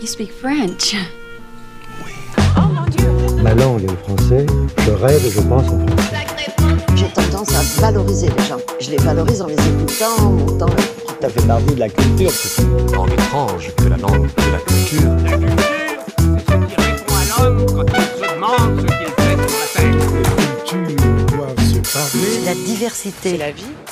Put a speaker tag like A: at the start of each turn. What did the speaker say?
A: You speak French.
B: Ma langue est le français, je rêve et je pense en français.
C: J'ai tendance à valoriser les gens. Je les valorise en les écoutant, en montant leur
B: Ça fait partie de la culture.
D: tant étrange que la langue de la culture.
E: La culture, c'est ce qui répond à l'homme quand il se demande ce qu'il fait sur la terre.
F: cultures doivent se parler.
C: la diversité.
G: C'est la vie,